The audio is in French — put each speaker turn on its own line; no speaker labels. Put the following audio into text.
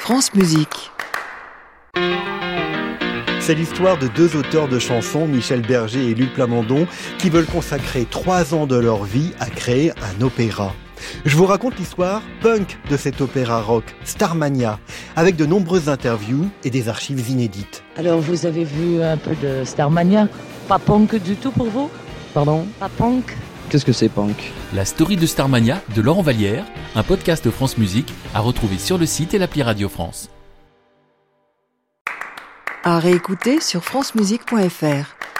France Musique.
C'est l'histoire de deux auteurs de chansons, Michel Berger et Luc Plamondon, qui veulent consacrer trois ans de leur vie à créer un opéra. Je vous raconte l'histoire punk de cet opéra rock, Starmania, avec de nombreuses interviews et des archives inédites.
Alors vous avez vu un peu de Starmania Pas punk du tout pour vous
Pardon
Pas punk
Qu'est-ce que c'est punk
La story de Starmania de Laurent Vallière, un podcast de France Musique à retrouver sur le site et l'appli Radio France.
À réécouter sur francemusique.fr.